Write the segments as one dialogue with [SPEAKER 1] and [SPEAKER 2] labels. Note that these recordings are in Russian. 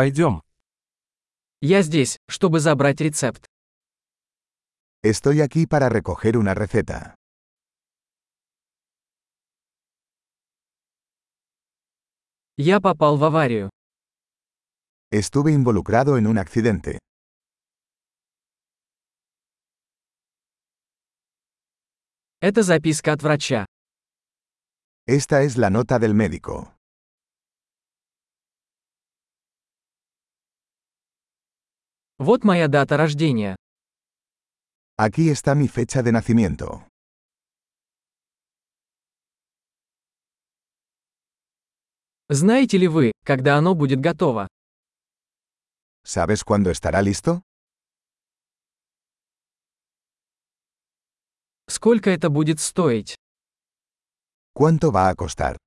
[SPEAKER 1] Пойдем.
[SPEAKER 2] Я здесь, чтобы забрать рецепт.
[SPEAKER 3] Estoy aquí para recoger una receta.
[SPEAKER 2] Я попал в аварию.
[SPEAKER 3] Estuve involucrado en un accidente.
[SPEAKER 2] Это записка от врача.
[SPEAKER 3] Esta es la nota del médico.
[SPEAKER 2] Вот моя дата рождения.
[SPEAKER 3] Aquí está mi fecha de nacimiento.
[SPEAKER 2] Знаете ли вы, когда оно будет готово?
[SPEAKER 3] ¿Sabes cuándo estará listo?
[SPEAKER 2] Сколько это будет стоить?
[SPEAKER 3] ¿Cuánto va a costar?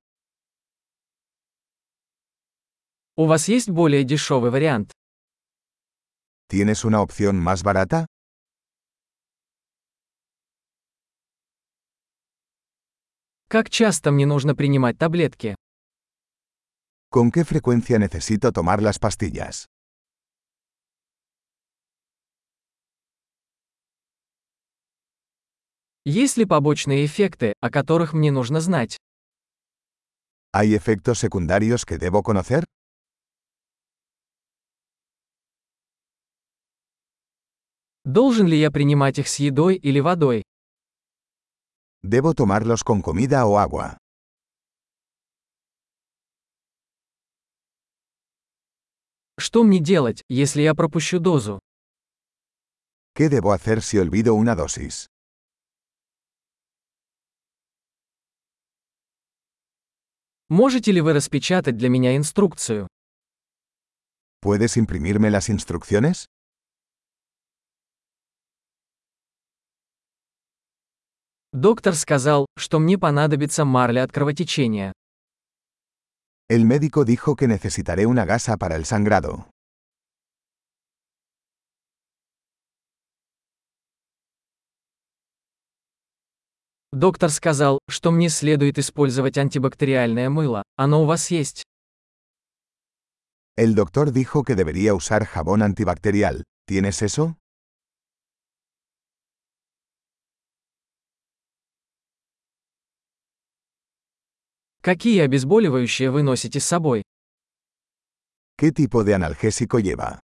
[SPEAKER 2] У вас есть более дешевый вариант?
[SPEAKER 3] ¿Tienes una opción más barata?
[SPEAKER 2] Как часто мне нужно принимать таблетки?
[SPEAKER 3] ¿Con qué frecuencia necesito tomar las pastillas?
[SPEAKER 2] Есть ли побочные эффекты, о которых мне нужно знать?
[SPEAKER 3] ¿Hay efectos secundarios que debo conocer?
[SPEAKER 2] Должен ли я принимать их с едой или водой?
[SPEAKER 3] ¿Debo tomarlos con comida o agua?
[SPEAKER 2] Что мне делать, если я пропущу дозу?
[SPEAKER 3] ¿Qué debo hacer si olvido una dosis?
[SPEAKER 2] Можете ли вы распечатать для меня инструкцию?
[SPEAKER 3] ¿Puedes imprimirme las instrucciones?
[SPEAKER 2] Доктор сказал, что мне понадобится марля от кровотечения.
[SPEAKER 3] El médico dijo que necesitaré una gasa para el sangrado.
[SPEAKER 2] Доктор сказал, что мне следует использовать антибактериальное мыло. Оно у вас есть?
[SPEAKER 3] El doctor dijo que debería usar jabón antibacterial. ¿Tienes eso?
[SPEAKER 2] Какие обезболивающие вы носите с собой?
[SPEAKER 3] ¿Qué tipo de analgésico lleva?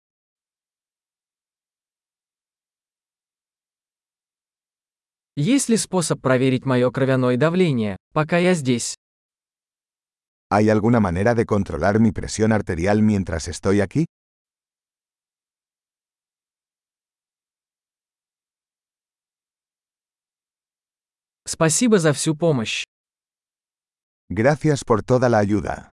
[SPEAKER 2] Есть ли способ проверить мое кровяное давление, пока я здесь?
[SPEAKER 3] ¿Hay alguna manera de controlar mi presión arterial mientras estoy aquí?
[SPEAKER 2] Спасибо за всю помощь.
[SPEAKER 3] Gracias por toda la ayuda.